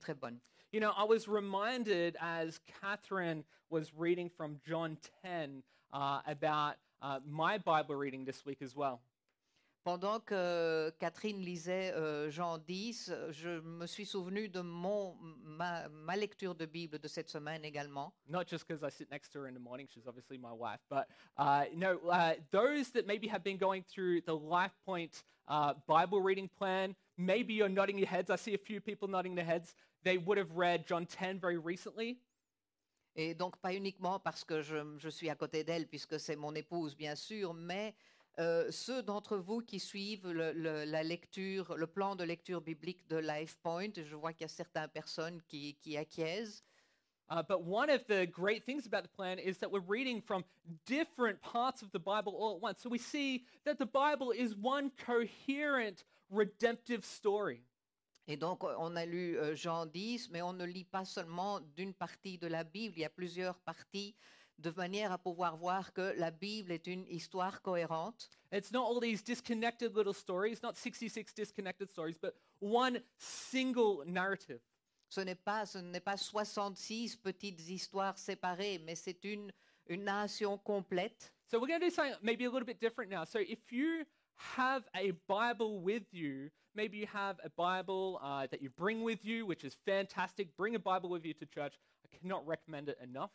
très bonne. You know, I was reminded as Catherine was reading from John 10 uh, about uh, my Bible reading this week as well. Pendant que euh, Catherine lisait euh, Jean 10, je me suis souvenu de mon, ma, ma lecture de Bible de cette semaine également. Not just because I sit next to her in the morning, she's obviously my wife, but uh, no, uh, those that maybe have been going through the LifePoint uh, Bible reading plan, maybe you're nodding your heads. I see a few people nodding their heads. They would have read John 10 very recently. Et donc, pas uniquement parce que je, je suis à côté d'elle, puisque c'est mon épouse, bien sûr, mais euh, ceux d'entre vous qui suivent le, le- la lecture, le plan de lecture biblique de LifePoint, je vois qu'il y a certaines personnes qui, qui acquiescent. Uh, but one of the great things about the plan is that we're reading from different parts of the Bible all at once. So we see that the Bible is one coherent redemptive story. Et donc, euh, on a lu euh, Jean 10, mais on ne lit pas seulement d'une partie de la Bible, il y a plusieurs parties, de manière à pouvoir voir que la Bible est une histoire cohérente. It's not all these disconnected little stories, not 66 disconnected stories, but one single narrative. Ce n'est pas, ce n'est pas 66 petites histoires séparées, mais c'est une, une narration complète. So we're going to do something maybe a little bit different now. So if you have a Bible with you, maybe you have a Bible uh, that you bring with you, which is fantastic. Bring a Bible with you to church. I cannot recommend it enough.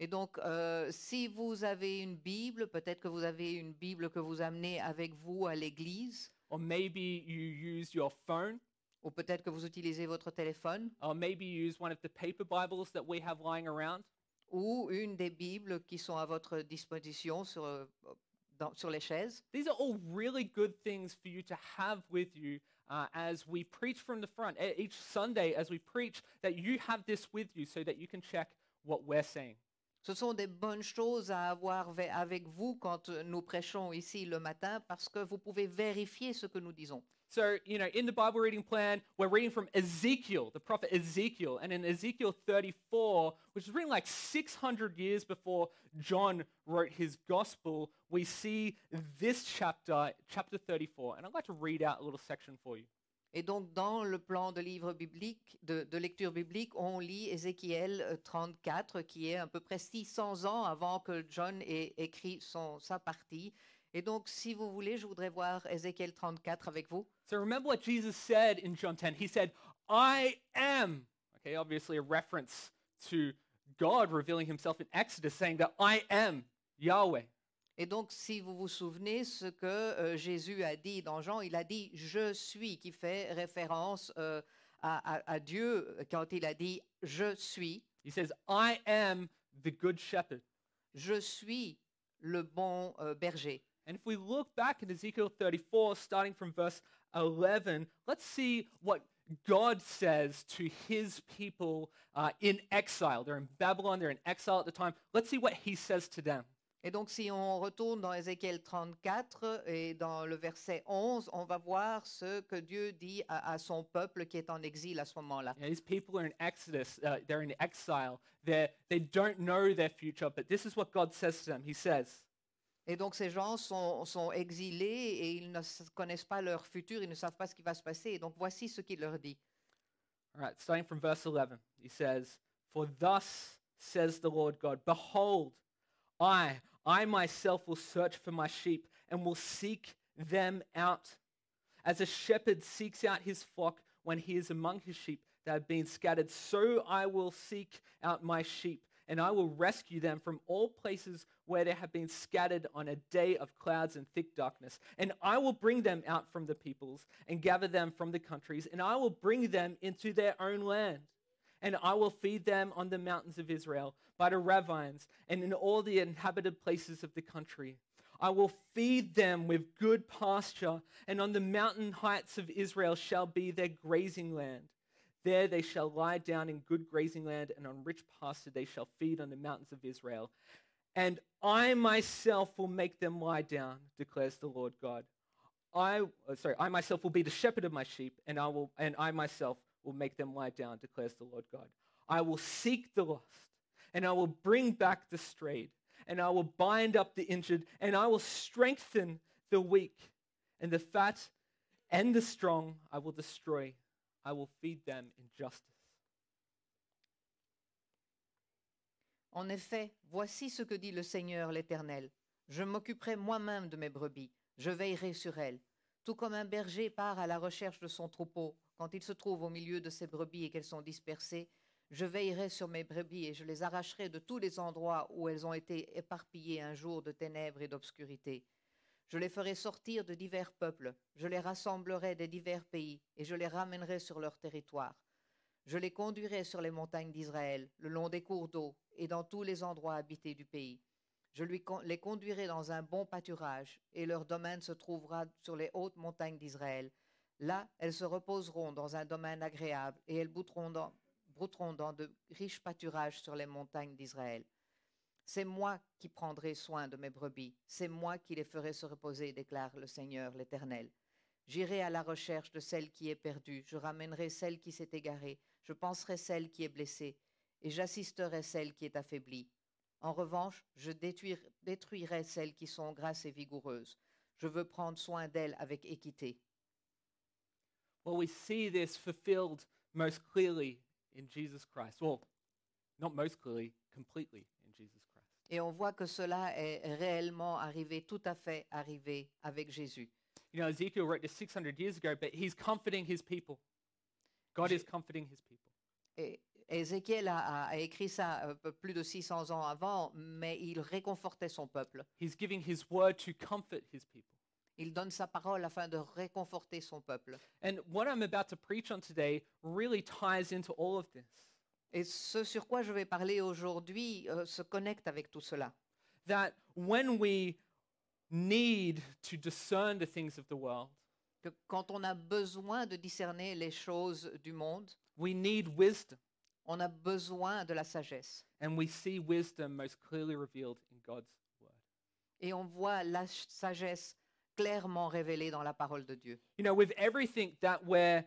Et donc, euh, si vous avez une Bible, peut-être que vous avez une Bible que vous amenez avec vous à l'église, Or maybe you use your phone, ou peut-être que vous utilisez votre téléphone, or maybe you use one of the paper Bibles that we have lying around. ou une des Bibles qui sont à votre disposition sur, euh, dans- sur les chaises. These are all really good things for you to have with you uh, as we preach from the front e- each Sunday, as we preach, that you have this with you so that you can check what we're saying. Ce sont des bonnes choses à avoir ve- avec vous quand euh, nous prêchons ici le matin, parce que vous pouvez vérifier ce que nous disons. So, you know, in the Bible reading plan, we're reading from Ezekiel, the prophet Ezekiel. And in Ezekiel 34, which is written like 600 years before John wrote his gospel, we see this chapter, chapter 34. And I'd like to read out a little section for you. Et donc, dans le plan de livre biblique, de, de lecture biblique, on lit Ézéchiel euh, 34, qui est à peu près 600 ans avant que John ait écrit son, sa partie. Et donc, si vous voulez, je voudrais voir Ézéchiel 34 avec vous. So remember what Jesus said in John 10. He said, I am. Okay, obviously a reference to God revealing himself in Exodus, saying that I am Yahweh. Et donc, si vous vous souvenez ce que euh, Jésus a dit dans Jean, il a dit « Je suis », qui fait référence euh, à, à- à Dieu euh, quand il a dit « Je suis He says, I am the good shepherd. ». Je suis le bon euh, berger. And if we look back at Ezekiel 34, starting from verse 11, let's see what God says to his people uh, in exile. They're in Babylon, they're in exile at the time. Let's see what he says to them. Et donc, si on retourne dans Ézéchiel 34 et dans le verset 11, on va voir ce que Dieu dit à, à son peuple qui est en exil à ce moment-là. You know, these people are in Exodus, uh, they're in exile, they're, they don't know their future, but this is what God says to them. He says, Et donc, ces gens sont, sont exilés et ils ne s- connaissent pas leur futur, ils ne savent pas ce qui va se passer. Et donc, voici ce qu'il leur dit. All right, starting from verse 11, he says, For thus says the Lord God, Behold, I, I myself will search for my sheep and will seek them out. As a shepherd seeks out his flock when he is among his sheep that have been scattered, so I will seek out my sheep, and I will rescue them from all places where they have been scattered on a day of clouds and thick darkness. And I will bring them out from the peoples and gather them from the countries, and I will bring them into their own land. And I will feed them on the mountains of Israel, by the ravines, and in all the inhabited places of the country. I will feed them with good pasture, and on the mountain heights of Israel shall be their grazing land. There they shall lie down in good grazing land, and on rich pasture they shall feed on the mountains of Israel. And I myself will make them lie down, declares the Lord God. I uh, sorry, I myself will be the shepherd of my sheep, and I will and I myself will make them lie down, declares the Lord God. I will seek the lost, and I will bring back the strayed, and I will bind up the injured, and I will strengthen the weak, and the fat and the strong I will destroy. I will feed them in justice. En effet, voici ce que dit le Seigneur l'Éternel. Je m'occuperai moi-même de mes brebis, je veillerai sur elles. Tout comme un berger part à la recherche de son troupeau, quand il se trouve au milieu de ses brebis et qu'elles sont dispersées, je veillerai sur mes brebis et je les arracherai de tous les endroits où elles ont été éparpillées un jour de ténèbres et d'obscurité. Je les ferai sortir de divers peuples, je les rassemblerai des divers pays et je les ramènerai sur leur territoire. Je les conduirai sur les montagnes d'Israël, le long des cours d'eau et dans tous les endroits habités du pays. Je lui con- les conduirai dans un bon pâturage, et leur domaine se trouvera sur les hautes montagnes d'Israël. Là, elles se reposeront dans un domaine agréable, et elles bouteront dans, brouteront dans de riches pâturages sur les montagnes d'Israël. C'est moi qui prendrai soin de mes brebis, c'est moi qui les ferai se reposer, déclare le Seigneur l'Éternel. J'irai à la recherche de celle qui est perdue, je ramènerai celle qui s'est égarée, je penserai celle qui est blessée, et j'assisterai celle qui est affaiblie. En revanche, je détruir- détruirai celles qui sont grasses et vigoureuses. Je veux prendre soin d'elles avec équité. Well, we see this fulfilled most clearly in Jesus Christ. Well, not most clearly, completely in Jesus Christ. Et on voit que cela est réellement arrivé, tout à fait arrivé avec Jésus. You know, Ezekiel wrote this 600 years ago, but he's comforting his people. God is comforting his people. Et Ézéchiel a, a- a écrit ça euh, peu- plus de 600 ans avant, mais il réconfortait son peuple. He's giving his word to comfort his people. Il donne sa parole afin de réconforter son peuple. And what I'm about to preach on today really ties into all of this. Et ce sur quoi je vais parler aujourd'hui euh, se connecte avec tout cela. That when we need to discern the things of the world, que quand on a besoin de discerner les choses du monde, we need wisdom. on a besoin de la sagesse. And we see wisdom most clearly revealed in God's word. Et on voit la ch- sagesse clairement révélée dans la parole de Dieu. You know, with everything that we're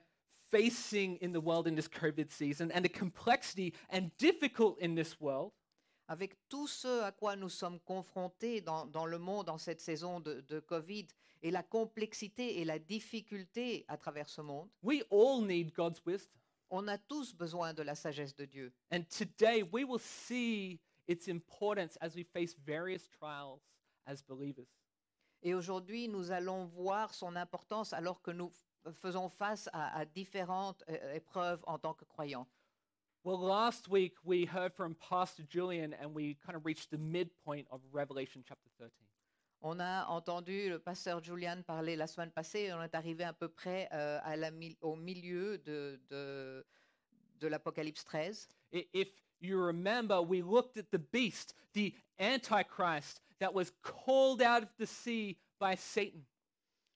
facing in the world in this COVID season and the complexity and difficult in this world, Avec tout ce à quoi nous sommes confrontés dans, dans le monde en cette saison de, de Covid et la complexité et la difficulté à travers ce monde, we all need God's wisdom. on a tous besoin de la sagesse de Dieu. And today we will see its importance as we face various trials as believers. Et aujourd'hui, nous allons voir son importance alors que nous f- faisons face à, à différentes euh, épreuves en tant que croyants. Well, last week we heard from Pastor Julian and we kind of reached the midpoint of Revelation chapter 13. On a entendu le pasteur Julian parler la semaine passée et on est arrivé à peu près euh, à la mil- au milieu de, de, de l'Apocalypse 13. I- If you remember, we looked at the beast, the Antichrist, that was called out of the sea by Satan.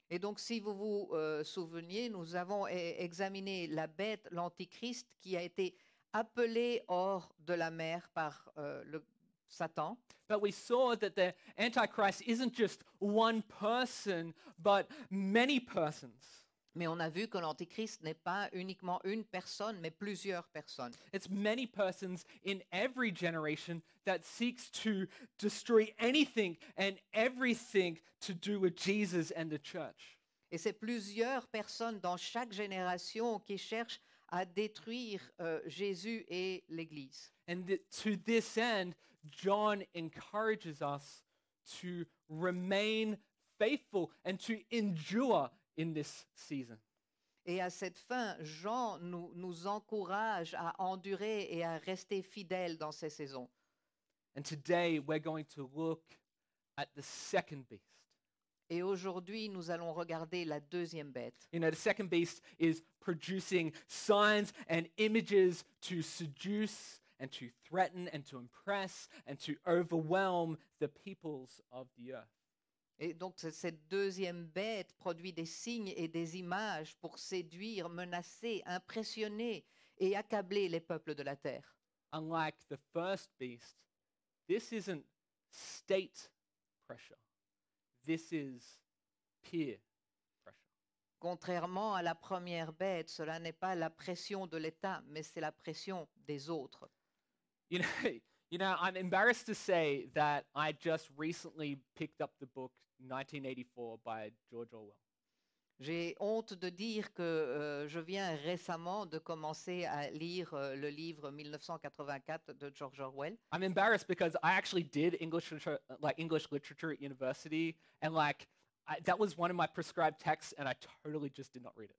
Et donc, si vous vous euh, souveniez, nous avons e- examiné la bête, l'Antichrist, qui a été appelée hors de la mer par euh, le Satan. But we saw that the Antichrist isn't just one person, but many persons. Mais on a vu que l'Antichrist n'est pas uniquement une personne, mais plusieurs personnes. It's many persons in every generation that seeks to destroy anything and everything to do with Jesus and the church. Et c'est plusieurs personnes dans chaque génération qui cherchent à détruire euh, Jésus et l'Église. And th- to this end, John encourages us to remain faithful and to endure in this season. Et à cette fin, Jean nous, nous encourage à endurer et à rester fidèles dans ces saisons. And today we're going to look at the second beast. Et aujourd'hui, nous allons regarder la deuxième bête. You know, the second beast is producing signs and images to seduce and to threaten and to impress and to overwhelm the peoples of the earth. Et donc, c- cette deuxième bête produit des signes et des images pour séduire, menacer, impressionner et accabler les peuples de la terre. Unlike the first beast, this isn't state pressure. This is peer pressure. Contrairement à la première bête, cela n'est pas la pression de l'État, mais c'est la pression des autres. You know, you know, I'm embarrassed to say that I just recently picked up the book 1984 by George Orwell. J'ai honte de dire que euh, je viens récemment de commencer à lire euh, le livre 1984 de George Orwell. I'm embarrassed because I actually did English literature, like English literature at university, and like I, that was one of my prescribed texts, and I totally just did not read it.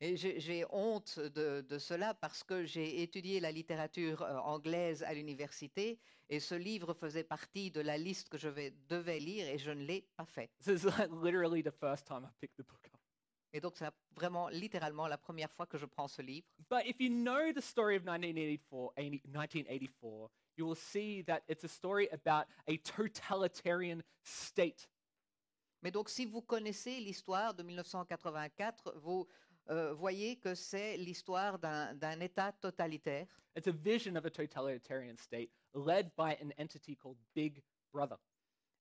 Et j'ai j'ai honte de, de cela parce que j'ai étudié la littérature euh, anglaise à l'université et ce livre faisait partie de la liste que je vais- devais lire et je ne l'ai pas fait. This is like literally the first time I picked the book up. Et donc c'est la- vraiment littéralement la première fois que je prends ce livre. But if you know the story of 1984, 80 1984, you will see that it's a story about a totalitarian state. Mais donc si vous connaissez l'histoire de 1984, vous euh, voyez que c'est l'histoire d'un d'un État totalitaire. It's a vision of a totalitarian state led by an entity called Big Brother.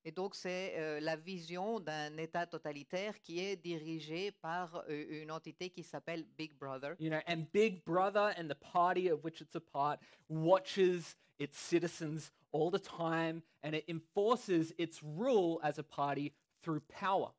Et donc, c'est euh, la vision d'un État totalitaire qui est dirigé par euh, une entité qui s'appelle Big Brother. You know, and Big Brother and the party of which it's a part watches its citizens all the time and it enforces its rule as a party through power.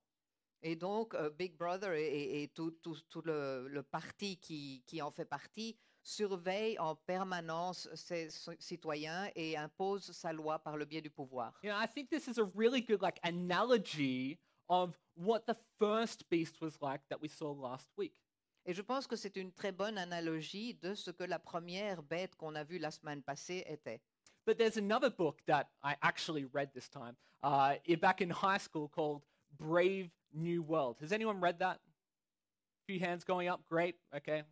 Et donc, euh, Big Brother et, et- et tout, tout- tout le, le parti qui, qui en fait partie surveille en permanence ses ci- citoyens et impose sa loi par le biais du pouvoir. You know, I think this is a really good like analogy of what the first beast was like that we saw last week. Et je pense que c'est une très bonne analogie de ce que la première bête qu'on a vue la semaine passée était. But there's another book that I actually read this time uh, i- back in high school called Brave New World. Has anyone read that? Few hands going up. Great. Okay.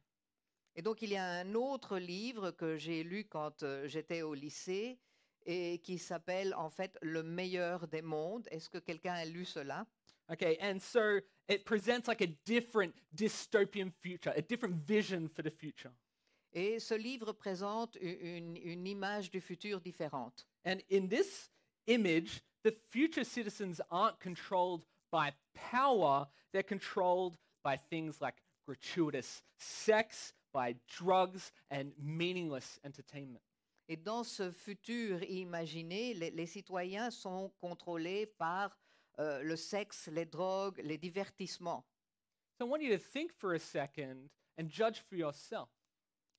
Et donc, il y a un autre livre que j'ai lu quand euh, j'étais au lycée et qui s'appelle en fait Le meilleur des mondes. Est-ce que quelqu'un a lu cela Okay. And so it presents like a different dystopian future, a different vision for the future. Et ce livre présente u- une, une image du futur différente. And in this image, the future citizens aren't controlled by power, they're controlled by things like gratuitous sex, by drugs, and meaningless entertainment. Et dans ce futur imaginé, les, les citoyens sont contrôlés par euh, le sexe, les drogues, les divertissements. So I want you to think for a second and judge for yourself.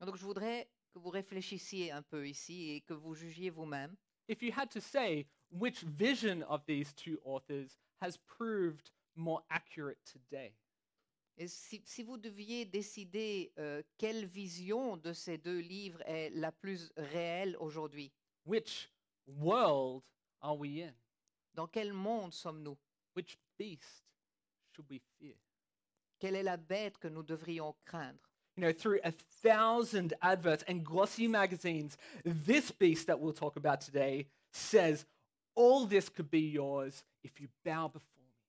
Donc, je voudrais que vous réfléchissiez un peu ici et que vous jugiez vous-même. If you had to say which vision of these two authors has proved more accurate today, Et si, si vous deviez décider euh, quelle vision de ces deux livres est la plus réelle aujourd'hui, which world are we in? dans quel monde sommes-nous Which beast should we fear? Quelle est la bête que nous devrions craindre you know, through a thousand adverts and glossy magazines, this beast that we'll talk about today says, all this could be yours if you bow before me.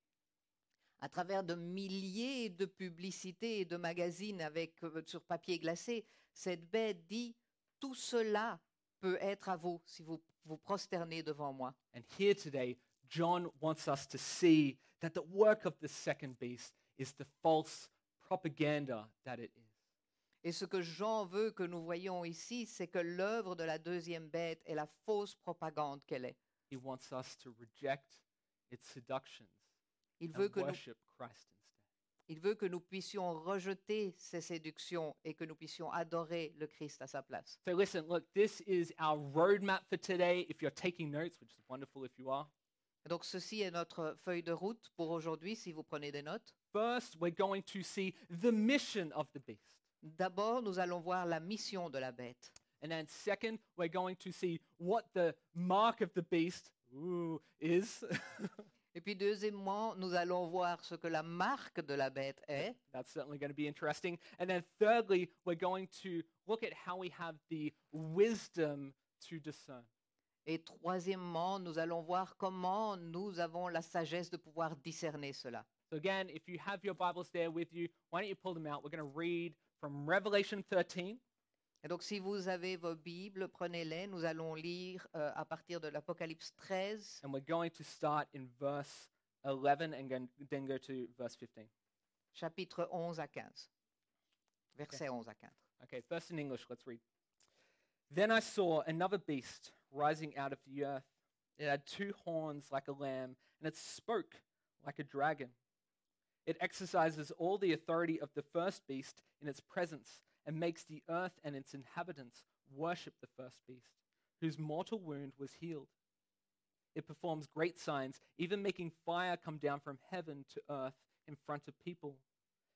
À travers de milliers de publicités et de magazines avec, euh, sur papier glacé, cette bête dit tout cela peut être à vous si vous vous prosternez devant moi. And here today, John wants us to see that the work of the second beast is the false propaganda that it is. Et ce que Jean veut que nous voyons ici, c'est que l'œuvre de la deuxième bête est la fausse propagande qu'elle est. He wants us to reject its seductions Il veut and que nous worship Christ instead. Il veut que nous puissions rejeter ces séductions et que nous puissions adorer le Christ à sa place. So listen, look, this is our roadmap for today. If you're taking notes, which is wonderful if you are, Donc ceci est notre feuille de route pour aujourd'hui, si vous prenez des notes. First, we're going to see the mission of the beast. D'abord, nous allons voir la mission de la bête. And then second, we're going to see what the mark of the beast ooh, is. Et puis deuxièmement, nous allons voir ce que la marque de la bête est. That's certainly going to be interesting. And then thirdly, we're going to look at how we have the wisdom to discern. Et troisièmement, nous allons voir comment nous avons la sagesse de pouvoir discerner cela. So again, if you have your Bibles there with you, why don't you pull them out? We're going to read from Revelation 13. Et donc si vous avez vos Bibles, prenez-les. Nous allons lire euh, à partir de l'Apocalypse 13 And we're going to start in verse 11 and gon- then go to verse 15. chapitre 11 à 15. Versets 11 à 15. Okay, first in English, let's read. Then I saw another beast rising out of the earth. It had two horns like a lamb, and it spoke like a dragon. It exercises all the authority of the first beast in its presence and makes the earth and its inhabitants worship the first beast, whose mortal wound was healed. It performs great signs, even making fire come down from heaven to earth in front of people.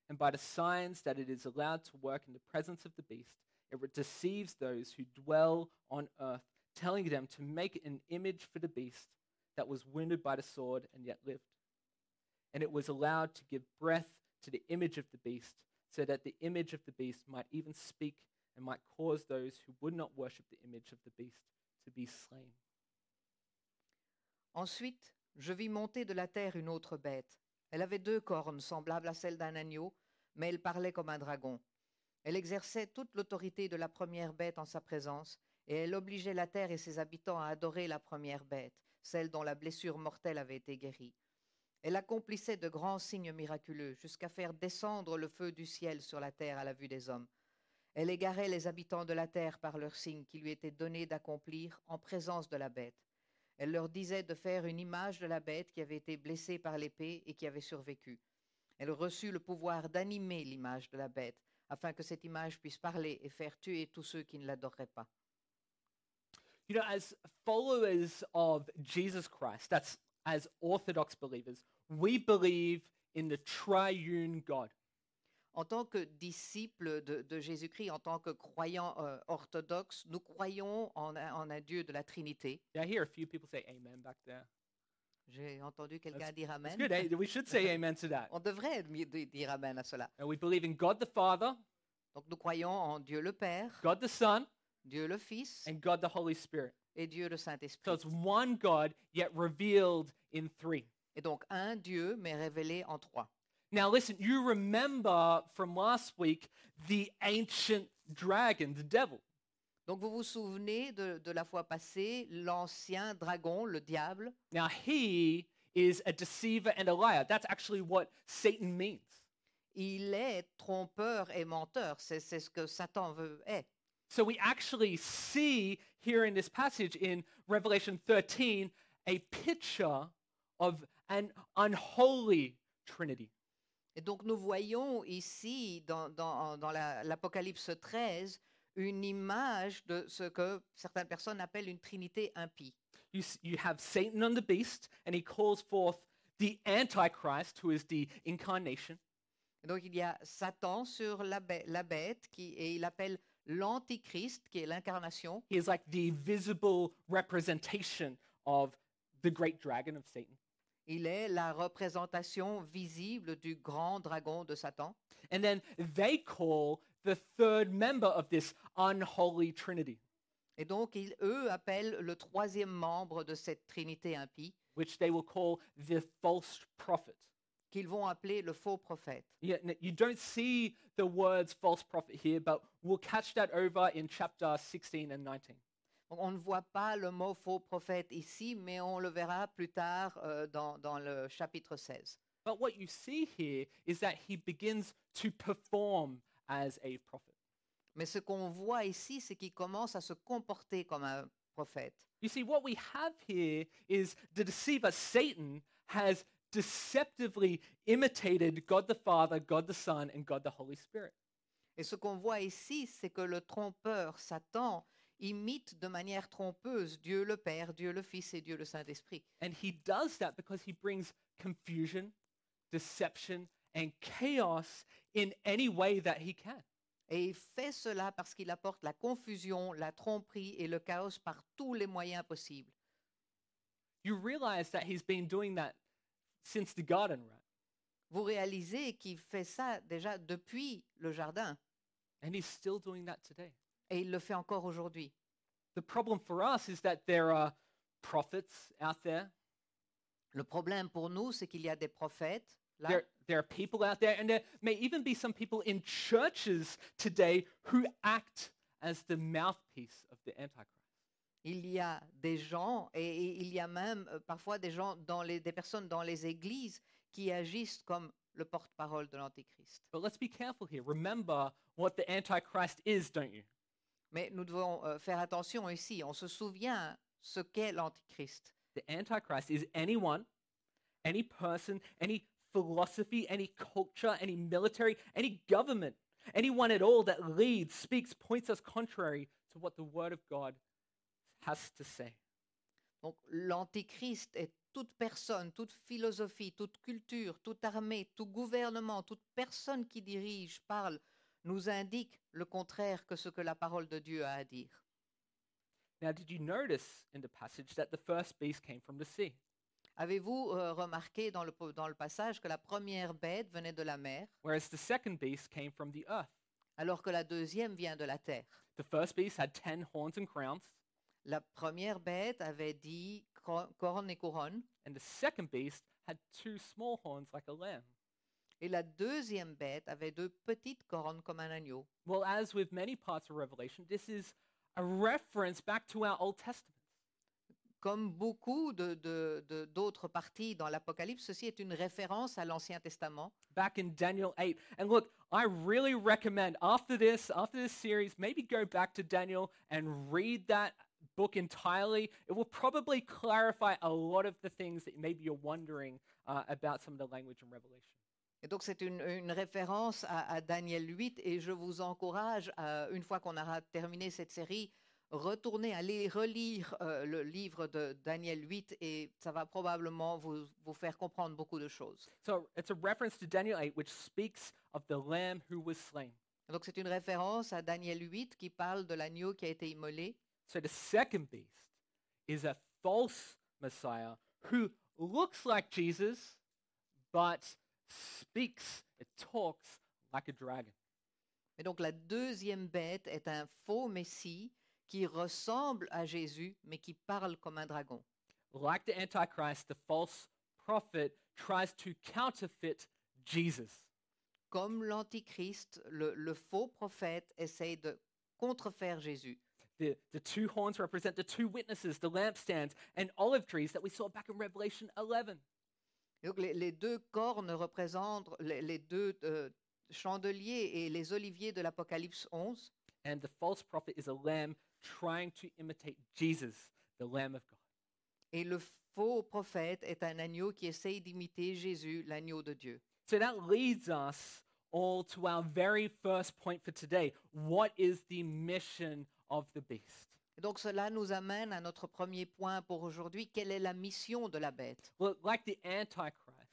And by the signs that it is allowed to work in the presence of the beast, it re- deceives those who dwell on earth, telling them to make an image for the beast that was wounded by the sword and yet lived. And it was allowed to give breath to the image of the beast, so that the image of the beast might even speak and might cause those who would not worship the image of the beast to be slain. Ensuite, je vis monter de la terre une autre bête. Elle avait deux cornes semblables à celles d'un agneau, mais elle parlait comme un dragon. Elle exerçait toute l'autorité de la première bête en sa présence, et elle obligeait la terre et ses habitants à adorer la première bête, celle dont la blessure mortelle avait été guérie. Elle accomplissait de grands signes miraculeux, jusqu'à faire descendre le feu du ciel sur la terre à la vue des hommes. Elle égarait les habitants de la terre par leurs signes qui lui étaient donnés d'accomplir en présence de la bête. Elle leur disait de faire une image de la bête qui avait été blessée par l'épée et qui avait survécu. Elle reçut le pouvoir d'animer l'image de la bête, afin que cette image puisse parler et faire tuer tous ceux qui ne l'adoreraient pas. You know, as followers of Jesus Christ, that's as Orthodox believers, we believe in the triune God. En tant que disciples de, de Jésus-Christ, en tant que croyants euh, orthodoxes, nous croyons en, un- en un Dieu de la Trinité. Yeah, I hear a few people say amen back there. J'ai entendu quelqu'un dire It's Amen. good. eh? We should say amen to that. On devrait mi- di- dire Amen à cela. And we believe in God the Father, Donc nous croyons en Dieu le Père, God the Son, Dieu le Fils and God the Holy Spirit. et Dieu le So Saint-Esprit. it's one God, yet revealed in three. Et donc un Dieu, mais révélé en trois. Now, listen, you remember from last week the ancient dragon, the devil. Donc vous vous souvenez de, de la fois passée, l'ancien dragon, le diable, Now, he is a deceiver and a liar. That's actually what Satan means. il est trompeur et menteur. C'est c'est ce que Satan veut est. So we actually see here in this passage in Revelation 13 a picture of an unholy trinity. Et donc nous voyons ici, dans, dans- dans la- l'Apocalypse 13, une image de ce que certaines personnes appellent une trinité impie. You, s- you have Satan on the beast, and he calls forth the Antichrist, who is the incarnation. Et donc il y a Satan sur la, bê- la bête qui, et il appelle l'Antichrist, qui est l'incarnation. He is like the visible representation of the great dragon of Satan. Il est la représentation visible du grand dragon de Satan. And then they call the third member of this unholy trinity, Et donc, ils, eux appellent le troisième membre de cette trinité impie, which they will call the false prophet. qu'ils vont appeler le faux prophète. Yeah, n- you don't see the words false prophet here, but we'll catch that over in chapter 16 and 19. Donc, on ne voit pas le mot faux prophète ici, mais on le verra plus tard euh, dans, dans le chapitre 16. But what you see here is that he begins to perform as a prophet. Mais ce qu'on voit ici, c'est qu'il commence à se comporter comme un prophète. You see, what we have here is the deceiver, Satan, has deceptively imitated God the Father, God the Son, and God the Holy Spirit. Et ce qu'on voit ici, c'est que le trompeur, Satan, imite de manière trompeuse Dieu le Père, Dieu le Fils et Dieu le Saint-Esprit. And he does that because he brings confusion, deception, and chaos in any way that he can. Et il fait cela parce qu'il apporte la confusion, la tromperie et le chaos par tous les moyens possibles. You realize that he's been doing that since the garden, right? Vous réalisez qu'il fait ça déjà depuis le jardin And he's still doing that today. et il le fait encore aujourd'hui. The problem for us is that there are prophets out there, Le problème pour nous, c'est qu'il y a des prophètes là, There, there are people out there, and there may even be some people in churches today who act as the mouthpiece of the Antichrist. il y a des gens et, et il y a même euh, parfois des gens dans les des personnes dans les églises qui agissent comme le porte-parole de l'antéchrist. But let's be careful here. Remember what the Antichrist is, don't you? Mais nous devons euh, faire attention ici, on se souvient ce qu'est l'antéchrist. The Antichrist is anyone, any person, any philosophy, any culture, any military, any government, anyone at all that leads, speaks, points us contrary to what the Word of God has to say. Donc l'Antichrist est toute personne, toute philosophie, toute culture, toute armée, tout gouvernement, toute personne qui dirige, parle, nous indique le contraire que ce que la parole de Dieu a à dire. Now, did you notice in the passage that the first beast came from the sea? Avez-vous euh, remarqué dans le, po- dans le passage que la première bête venait de la mer, Whereas the second beast came from the earth. alors que la deuxième vient de la terre The first beast had ten horns and crowns, La première bête avait dit cro- cornes et couronnes, and the second beast had two small horns like a lamb. et la deuxième bête avait deux petites cornes comme un agneau. Well, as with many parts of Revelation, this is a reference back to our Old Testament. Comme beaucoup de- de- de- d'autres parties dans l'Apocalypse, ceci est une référence à l'Ancien Testament. back in Daniel 8. And look, I really recommend after this, after this series, maybe go back to Daniel and read that book entirely. It will probably clarify a lot of the things that maybe you're wondering uh, about some of the language in Revelation. Et donc c'est une, une référence à, à Daniel 8 et je vous encourage, à, une fois qu'on aura terminé cette série, retourner, aller relire euh, le livre de Daniel 8 et ça va probablement vous, vous faire comprendre beaucoup de choses. So it's a reference to Daniel 8, which speaks of the lamb who was slain. Et donc c'est une référence à Daniel 8 qui parle de l'agneau qui a été immolé. So the second beast is a false Messiah who looks like Jesus, but speaks, it talks like a dragon. Et donc la deuxième bête est un faux messie qui ressemble à Jésus mais qui parle comme un dragon. like the Antichrist, the false prophet tries to counterfeit Jesus. Comme l'antichrist, le, le faux prophète essaye de contrefaire Jésus. The, the two horns represent the two witnesses, the lampstands, and olive trees that we saw back in Revelation 11. Et Donc les, les deux cornes représentent les, les deux euh, chandeliers et les oliviers de l'Apocalypse 11. And the false prophet is a lamb trying to imitate Jesus, the Lamb of God. Et le faux prophète est un agneau qui essaye d'imiter Jésus, l'agneau de Dieu. So that leads us all to our very first point for today. What is the mission of the beast? Et donc cela nous amène à notre premier point pour aujourd'hui. Quelle est la mission de la bête Well, like the Antichrist,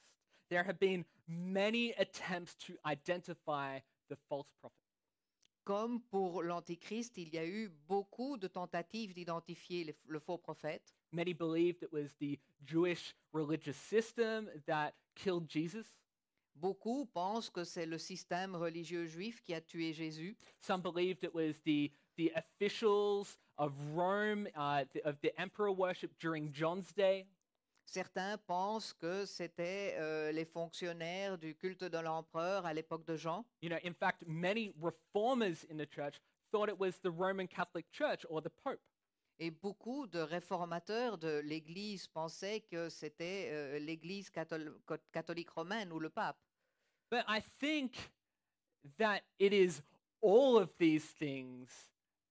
there have been many attempts to identify the false prophet. Comme pour l'Antichrist, il y a eu beaucoup de tentatives d'identifier les- le faux prophète. Many believed it was the Jewish religious system that killed Jesus. Beaucoup pensent que c'est le système religieux juif qui a tué Jésus. Some believed it was the, the officials of Rome, uh, th- of the emperor worship during John's day. Certains pensent que c'était euh, les fonctionnaires du culte de l'empereur à l'époque de Jean. You know, in fact, many reformers in the church thought it was the Roman Catholic Church or the Pope. Et beaucoup de réformateurs de l'Église pensaient que c'était euh, l'Église cathol- co- catholique romaine ou le pape. But I think that it is all of these things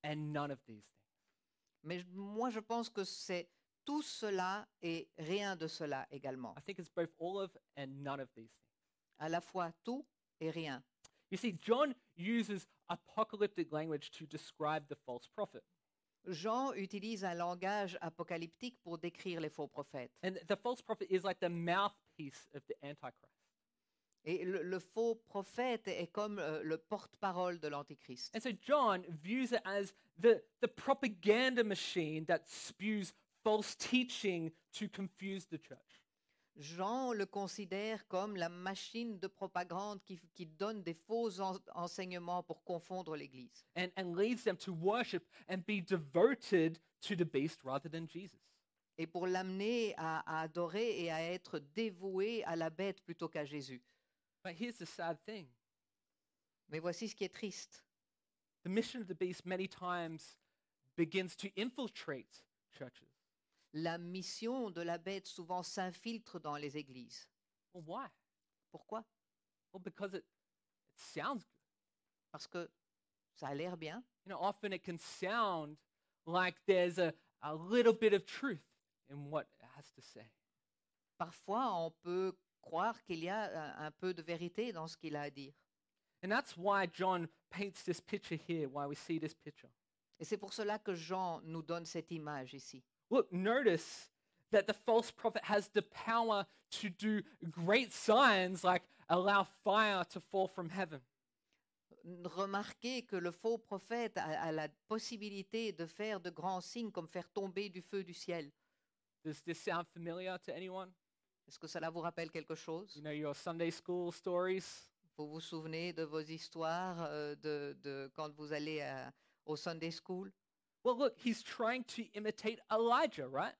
and none of these things. Mais je- moi, je pense que c'est tout cela et rien de cela également. I think it's both all of and none of these things. À la fois tout et rien. You see, John uses apocalyptic language to describe the false prophet. Jean utilise un langage apocalyptique pour décrire les faux prophètes. And the false prophet is like the mouthpiece of the Antichrist. Et le, le faux prophète est comme euh, le porte-parole de l'Antichrist. And so John views it as the, the propaganda machine that spews false teaching to confuse the church. Jean le considère comme la machine de propagande qui, qui donne des faux en- enseignements pour confondre l'Église And, and leads them to worship and be devoted to the beast rather than Jesus. et pour l'amener à, à adorer et à être dévoué à la bête plutôt qu'à Jésus. But here's the sad thing Mais voici ce qui est triste. the mission of the beast many times begins to infiltrate churches. La mission de la bête souvent s'infiltre dans les églises. Well, why? Pourquoi Well, because it, it sounds good. Parce que ça a l'air bien. You know, often it can sound like there's a, a little bit of truth in what it has to say. Parfois, on peut croire qu'il y a euh, un, un peu de vérité dans ce qu'il a à dire. And that's why John paints this picture here, why we see this picture. Et c'est pour cela que Jean nous donne cette image ici. Look, notice that the false prophet has the power to do great signs like allow fire to fall from heaven. Remarquez que le faux prophète a, a la possibilité de faire de grands signes comme faire tomber du feu du ciel. Does this sound familiar to anyone? Est-ce que cela vous rappelle quelque chose You know your Sunday school stories? Vous vous souvenez de vos histoires euh, de, de quand vous allez à- au Sunday School Well, look, he's trying to imitate Elijah, right?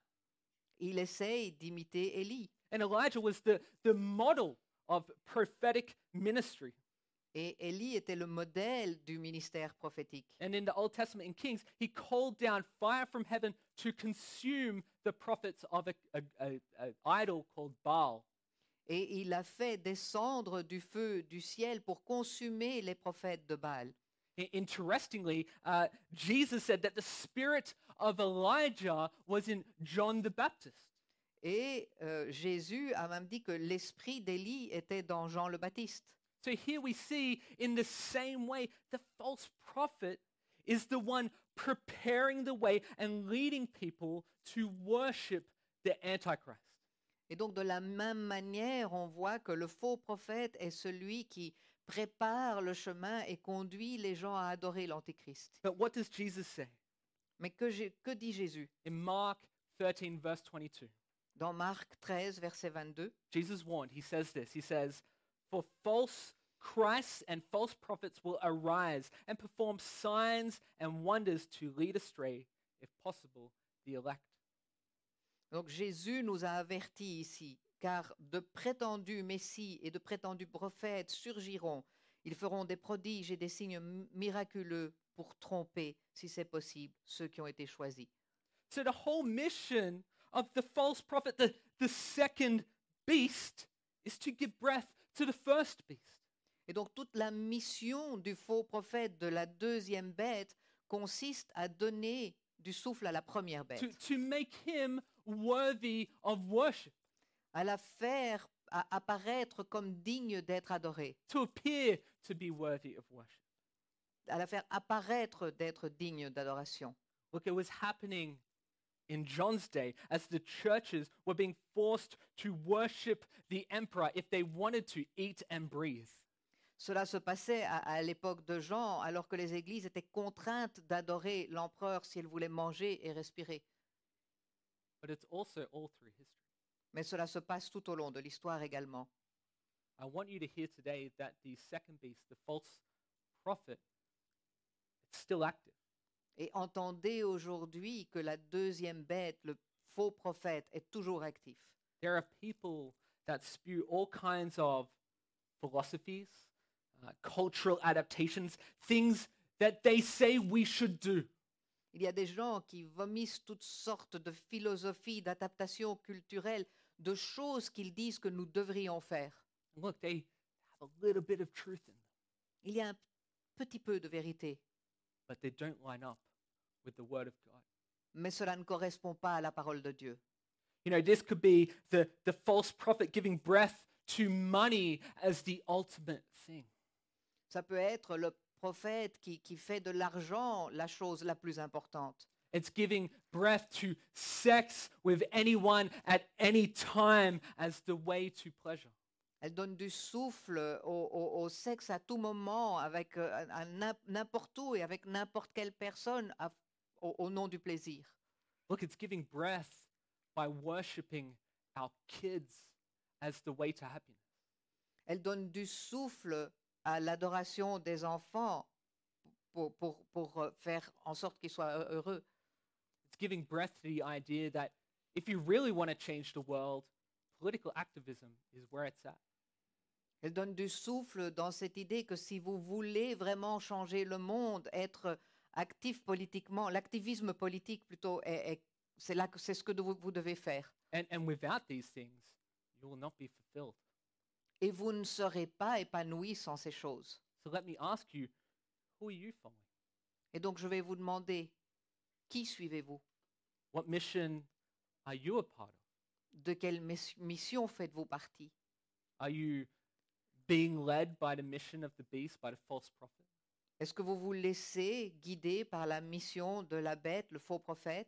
Il essaye d'imiter Élie. And Elijah was the, the model of prophetic ministry. Et Élie était le modèle du ministère prophétique. And in the Old Testament in Kings, he called down fire from heaven to consume the prophets of a, a, a- a idol called Baal. Et il a fait descendre du feu du ciel pour consumer les prophètes de Baal. I- Interestingly, uh, Jesus said that the spirit of Elijah was in John the Baptist. Et euh, Jésus a même dit que l'esprit d'Élie était dans Jean le Baptiste. So here we see, in the same way, the false prophet is the one preparing the way and leading people to worship the Antichrist. Et donc de la même manière, on voit que le faux prophète est celui qui prépare le chemin et conduit les gens à adorer l'Antichrist. But what does Jesus say? Mais que, Jé- que dit Jésus In Mark 13, verse 22, Dans Marc 13, verset 22, Jesus warned, he says this, he says, For false Christs and false prophets will arise and perform signs and wonders to lead astray, if possible, the elect. Donc Jésus nous a avertis ici, car de prétendus messies et de prétendus prophètes surgiront. Ils feront des prodiges et des signes mi- miraculeux pour tromper, si c'est possible, ceux qui ont été choisis. So the whole mission of the false prophet, the, the second beast, is to give breath to the first beast. Et donc toute la mission du faux prophète de la deuxième bête consiste à donner du souffle à la première To, bête, to make him worthy of worship, à la faire à apparaître comme digne d'être adorée, to appear to be worthy of worship. à la faire apparaître d'être digne d'adoration. Look, it was happening in John's day as the churches were being forced to worship the emperor if they wanted to eat and breathe. Cela se passait à, à l'époque de Jean, alors que les églises étaient contraintes d'adorer l'empereur si elles voulaient manger et respirer. But it's also all through history. Mais cela se passe tout au long de l'histoire également. I want you to hear today that the second beast, the false prophet, it's still active. Et entendez aujourd'hui que la deuxième bête, le faux prophète, est toujours actif. There are people that spew all kinds of philosophies, uh, cultural adaptations, things that they say we should do. Il y a des gens qui vomissent toutes sortes de philosophies, d'adaptations culturelles, de choses qu'ils disent que nous devrions faire. And look, they have a little bit of truth in them. Il y a un petit peu de vérité, but they don't line up with the word of God. mais cela ne correspond pas à la parole de Dieu. You know, this could be the, the false prophet giving breath to money as the ultimate thing. Ça peut être le prophète qui, qui fait de l'argent la chose la plus importante. It's giving breath to sex with anyone at any time as the way to pleasure. Elle donne du souffle au, au- au sexe à tout moment, avec euh, un- un n'im- n'importe où et avec n'importe quelle personne à- au, au nom du plaisir. Look, it's giving breath by worshiping our kids as the way to happiness. Elle donne du souffle à l'adoration des enfants pour, pour- pour, euh, faire en sorte qu'ils soient heu- heureux. It's giving breath to the idea that if you really want to change the world, political activism is where it's at. Elle donne du souffle dans cette idée que si vous voulez vraiment changer le monde, être actif politiquement, l'activisme politique plutôt, est- est- c'est là que c'est ce que de- vous devez faire. And, and without these things, you will not be fulfilled. Et vous ne serez pas épanoui sans ces choses. So let me ask you, who are you following? Et donc je vais vous demander, qui suivez-vous What mission are you a part of? De quelle mes- mission faites-vous partie Are you being led by the mission of the beast, by the false prophet? Est-ce que vous vous laissez guider par la mission de la bête, le faux prophète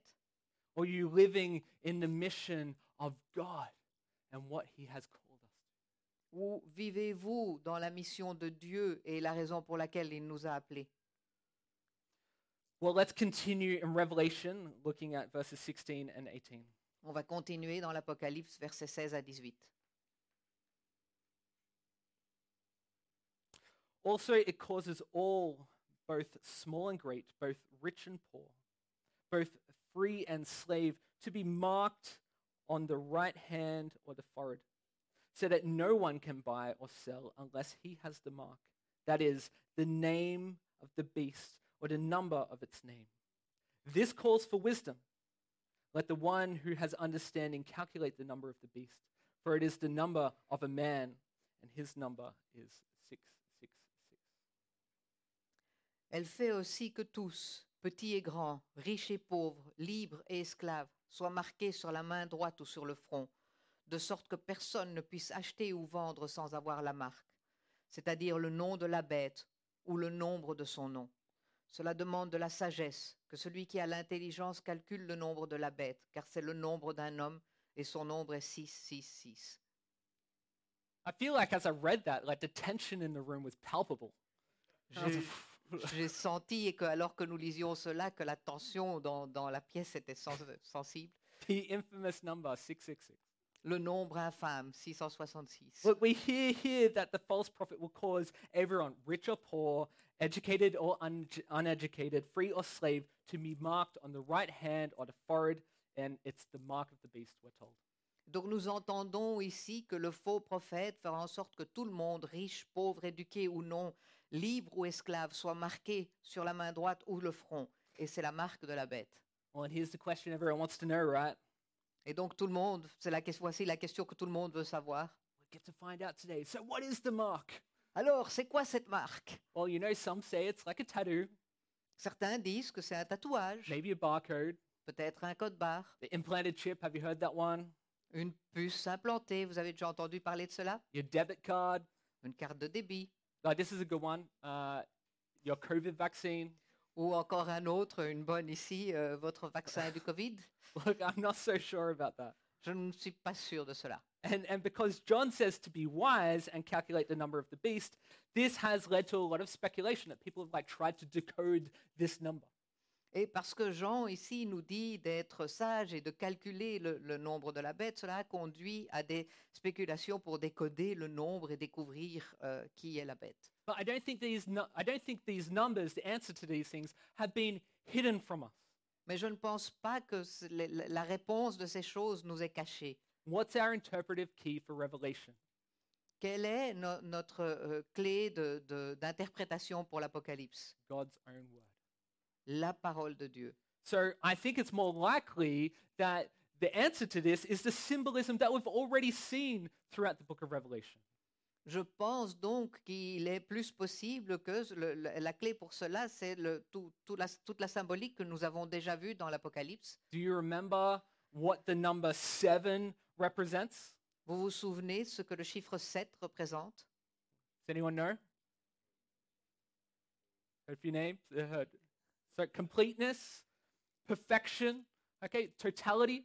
Or are you living in the mission of God and what he has called us to? Ou vivez-vous dans la mission de Dieu et la raison pour laquelle il nous a appelés Well, let's continue in Revelation, looking at verses 16 and 18. On va continuer dans l'Apocalypse, versets 16 à 18. Also, it causes all, both small and great, both rich and poor, both free and slave, to be marked on the right hand or the forehead, so that no one can buy or sell unless he has the mark, that is, the name of the beast or the number of its name. This calls for wisdom. Let the one who has understanding calculate the number of the beast, for it is the number of a man, and his number is 666. Elle fait aussi que tous, petits et grands, riches et pauvres, libres et esclaves, soient marqués sur la main droite ou sur le front, de sorte que personne ne puisse acheter ou vendre sans avoir la marque, c'est-à-dire le nom de la bête ou le nombre de son nom. Cela demande de la sagesse, que celui qui a l'intelligence calcule le nombre de la bête, car c'est le nombre d'un homme et son nombre est 666. I feel like as I read that, like the tension in the room was palpable. And I was like, J'ai- J'ai senti, et que, alors que nous lisions cela, que la tension dans, dans la pièce était sens- sensible. the infamous number 666. Le nombre infâme, 666. Look, we hear here that the false prophet will cause everyone, rich or poor, educated or un- uneducated, free or slave, to be marked on the right hand or the forehead, and it's the mark of the beast, we're told. Donc nous entendons ici que le faux prophète fera en sorte que tout le monde, riche, pauvre, éduqué ou non, libre ou esclave, soit marqué sur la main droite ou le front. Et c'est la marque de la bête. Well, and here's the question everyone wants to know, right? Et donc tout le monde, c'est la question, voici la question que tout le monde veut savoir. We get to find out today. So, what is the mark? Alors, c'est quoi cette marque Well, you know, some say it's like a tattoo, Certains disent que c'est un tatouage, maybe a barcode, peut-être un code barre, the implanted chip. Have you heard that one? une puce implantée, vous avez déjà entendu parler de cela Your debit card. Une carte de débit. Like, this is a good one. Uh, your COVID vaccine. Ou encore un autre, une bonne ici, euh, votre vaccin du Covid. Look, I'm not so sure about that. Je ne suis pas sûr de cela. And, and because John says to be wise and calculate the number of the beast, this has led to a lot of speculation that people have like tried to decode this number. Et parce que Jean ici nous dit d'être sage et de calculer le, le nombre de la bête, cela a conduit à des spéculations pour décoder le nombre et découvrir euh, qui est la bête. But I don't think these nu- I don't think these numbers, the answer to these things, have been hidden from us. Mais je ne pense pas que c- la- la la réponse de ces choses nous est cachée. What's our interpretive key for Revelation? Quelle est no- notre euh, clé de- de- d'interprétation pour l'Apocalypse God's own word. La parole de Dieu. So I think it's more likely that the answer to this is the symbolism that we've already seen throughout the book of Revelation. Je pense donc qu'il est plus possible que ce- le- le- la clé pour cela, c'est le- tout- tout la- toute la symbolique que nous avons déjà vue dans l'Apocalypse. Do you remember what the number seven represents? Vous vous souvenez ce que le chiffre 7 représente Does anyone know? Heard a few names. Uh, heard. So completeness, perfection, okay, totality,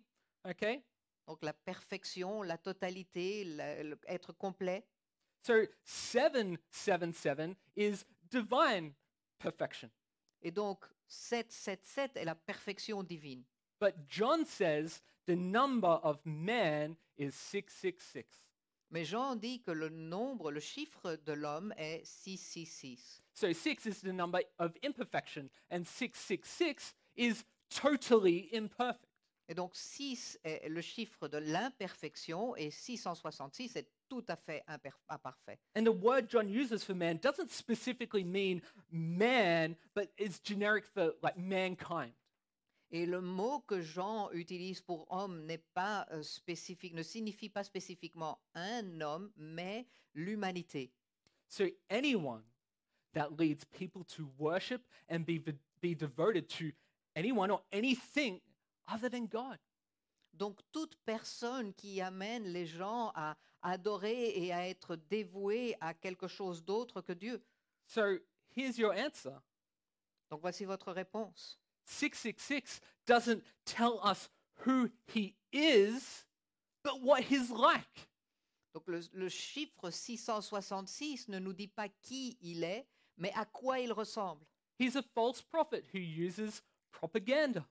okay. Donc la perfection, la totalité, la- le- être complet. So seven seven seven is divine perfection, Et donc 7, 7, 7 est la perfection divine. but John says the number of man is six six six. Mais Jean dit que le nombre, le chiffre de l'homme est 666. So six is the number of imperfection, and six six six is totally imperfect. Et donc 6 est le chiffre de l'imperfection et 666 est tout à fait imper- imparfait. And the word John uses for man doesn't specifically mean man, but it's generic for like mankind. Et le mot que Jean utilise pour homme n'est pas euh, spécifique, ne signifie pas spécifiquement un homme, mais l'humanité. So anyone that leads people to worship and be, be devoted to anyone or anything other than God. Donc toute personne qui amène les gens à adorer et à être dévoués à quelque chose d'autre que Dieu. So here's your answer Donc voici votre réponse. 666 doesn't tell us who he is, but what he's like. Donc le, le chiffre 666 ne nous dit pas qui il est, mais à quoi il ressemble. He's a false prophet who uses propaganda,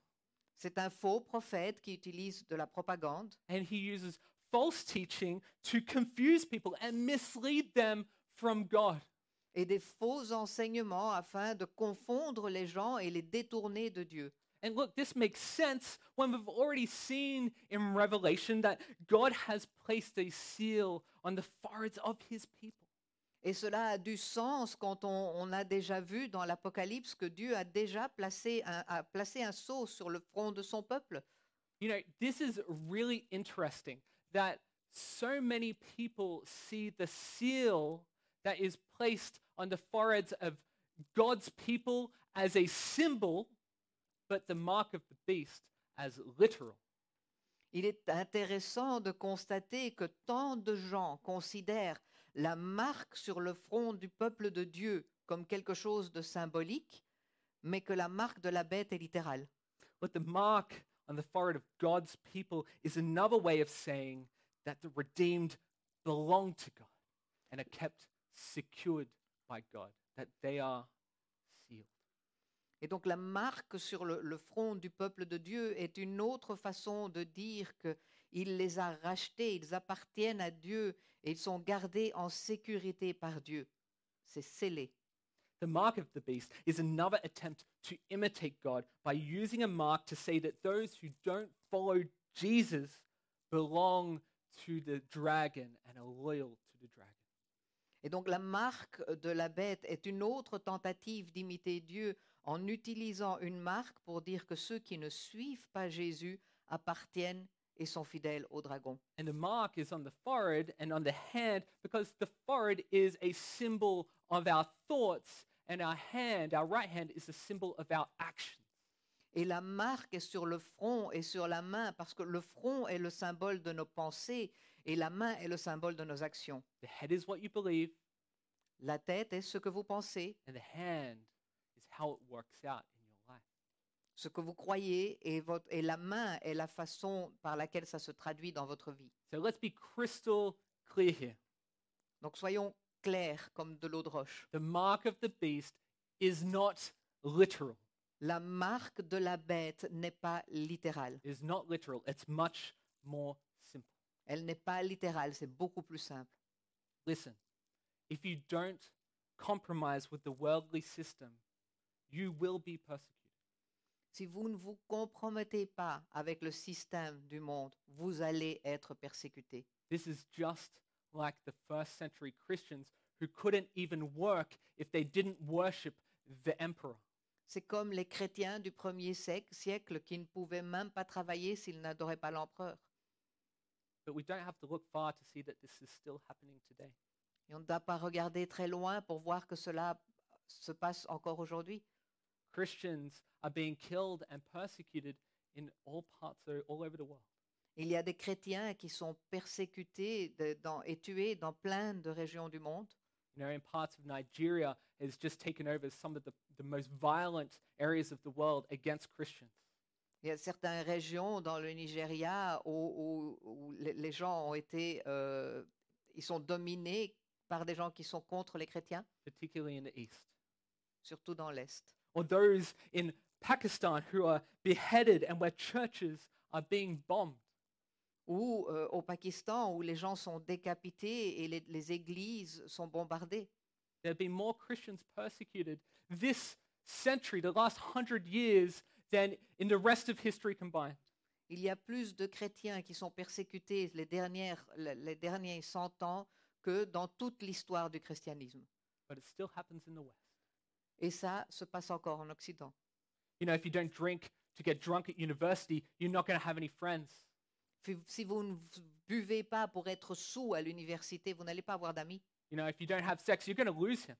C'est un faux prophète qui utilise de la propagande and he uses false teaching to confuse people and mislead them from God. et des faux enseignements afin de confondre les gens et les détourner de Dieu. And look, this makes sense when we've already seen in Revelation that God has placed a seal on the foreheads of his people. Et cela a du sens quand on, on a déjà vu dans l'Apocalypse que Dieu a déjà placé un, a placé un sceau sur le front de son peuple. You know, this is really interesting that so many people see the seal that is placed on the foreheads of God's people as a symbol, but the mark of the beast as literal. Il est intéressant de constater que tant de gens considèrent la marque sur le front du peuple de Dieu comme quelque chose de symbolique, mais que la marque de la bête est littérale. But the mark on the forehead of God's people is another way of saying that the redeemed belong to God and are kept secured by God, that they are sealed. Et donc la marque sur le, le front du peuple de Dieu est une autre façon de dire qu'il les a rachetés, ils appartiennent à Dieu et ils sont gardés en sécurité par Dieu. C'est scellé. The mark of the beast is another attempt to imitate God by using a mark to say that those who don't follow Jesus belong to the dragon and are loyal to the dragon. Et donc la marque de la bête est une autre tentative d'imiter Dieu en utilisant une marque pour dire que ceux qui ne suivent pas Jésus appartiennent et sont fidèles au dragon. And the mark is on the forehead and on the hand because the forehead is a symbol of our thoughts and our hand, our right hand, is a symbol of our actions. Et la marque est sur le front et sur la main, parce que le front est le symbole de nos pensées et la main est le symbole de nos actions. The head is what you believe La tête est ce que vous pensez, and the hand is how it works out in your life. ce que vous croyez, et, votre- et la main est la façon par laquelle ça se traduit dans votre vie. So let's be crystal clear here. Donc soyons clairs comme de l'eau de roche. The mark of the beast is not literal. La marque de la bête n'est pas littérale. It is not literal. It's much more simple. Elle n'est pas littérale, c'est beaucoup plus simple. Listen, if you don't compromise with the worldly system, you will be persecuted. Si vous ne vous compromettez pas avec le système du monde, vous allez être persécutés. This is just like the first century Christians who couldn't even work if they didn't worship the emperor. C'est comme les chrétiens du premier siècle, siècle qui ne pouvaient même pas travailler s'ils n'adoraient pas l'empereur. But we don't have to look far to see that this is still happening today. Et on ne doit pas regarder très loin pour voir que cela se passe encore aujourd'hui. Christians are being killed and persecuted in all parts, o- all over the world. Il y a des chrétiens qui sont persécutés de- dans- et tués dans plein de régions du monde. You know, in parts of Nigeria has just taken over some of the, the most violent areas of the world against Christians. Il y a certaines régions dans le Nigeria où, où- où les- les gens ont été, euh, ils sont dominés par des gens qui sont contre les chrétiens, particularly in the East, surtout dans l'Est. or those in Pakistan who are beheaded and where churches are being bombed. ou euh, au Pakistan où les gens sont décapités et les, les églises sont bombardées. There have been more Christians persecuted this century, the last hundred years, than in the rest of history combined. Il y a plus de chrétiens qui sont persécutés les, dernières, les les derniers 100 ans que dans toute l'histoire du christianisme. But it still happens in the West. Et ça se passe encore en Occident. You know, if you don't drink to get drunk at university, you're not going to have any friends. Si- Si vous ne v- buvez pas pour être sous à l'université, vous n'allez pas avoir d'amis. You know, if you don't have sex, you're going to lose him.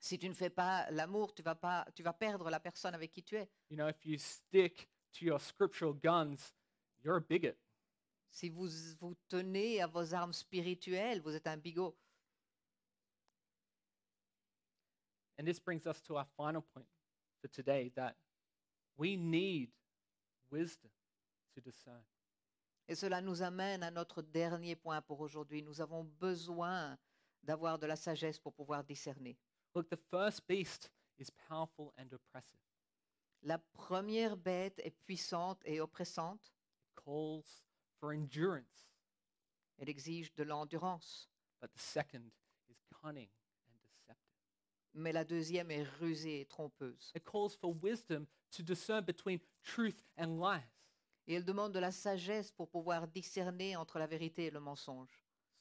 Si tu ne fais pas l'amour, tu vas, pas, tu vas perdre la personne avec qui tu es. You know, if you stick to your scriptural guns, you're a bigot. Si vous vous tenez à vos armes spirituelles, vous êtes un bigot. And this brings us to our final point for today that we need wisdom to discern. Et cela nous amène à notre dernier point pour aujourd'hui. Nous avons besoin d'avoir de la sagesse pour pouvoir discerner. Look, the first beast is powerful and oppressive. La première bête est puissante et oppressante. It calls for endurance, Elle exige de l'endurance. but the second is cunning and deceptive. Mais la deuxième est rusée et trompeuse. It calls for wisdom to discern between truth and lies. Et elle demande de la sagesse pour pouvoir discerner entre la vérité et le mensonge.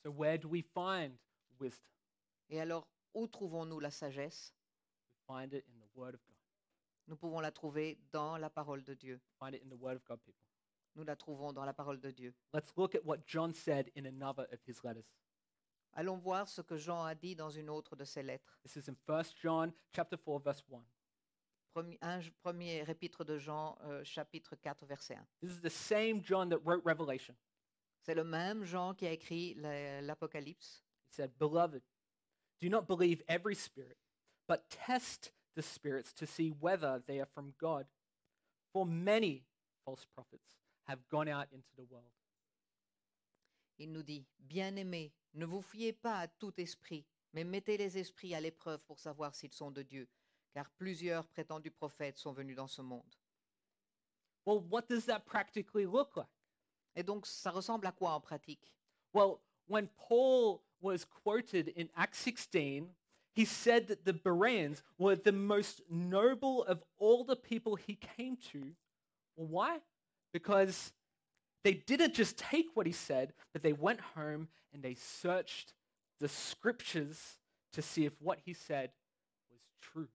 So, where do we find wisdom? Et alors, où trouvons-nous la sagesse We find it in the Word of God. Nous pouvons la trouver dans la parole de Dieu. Find it in the Word of God, people. Nous la trouvons dans la parole de Dieu. Let's look at what John said in another of his letters. Allons voir ce que Jean a dit dans une autre de ses lettres. This is in 1 John chapter 4 verse 1. Premi- un- Premier épître de Jean, euh, chapitre 4, verset 1. This is the same John that wrote Revelation. C'est le même Jean qui a écrit la- l'Apocalypse. He said, "Beloved, do not believe every spirit, but test the spirits to see whether they are from God. For many false prophets have gone out into the world." Il nous dit, Bien-aimés, ne vous fiez pas à tout esprit, mais mettez les esprits à l'épreuve pour savoir s'ils sont de Dieu, car plusieurs prétendus prophètes sont venus dans ce monde. Well, what does that practically look like? Et donc, ça ressemble à quoi en pratique Well, when Paul was quoted in Acts 16, he said that the Bereans were the most noble of all the people he came to. Well, why? Because they didn't just take what he said, but they went home and they searched the scriptures to see if what he said was true.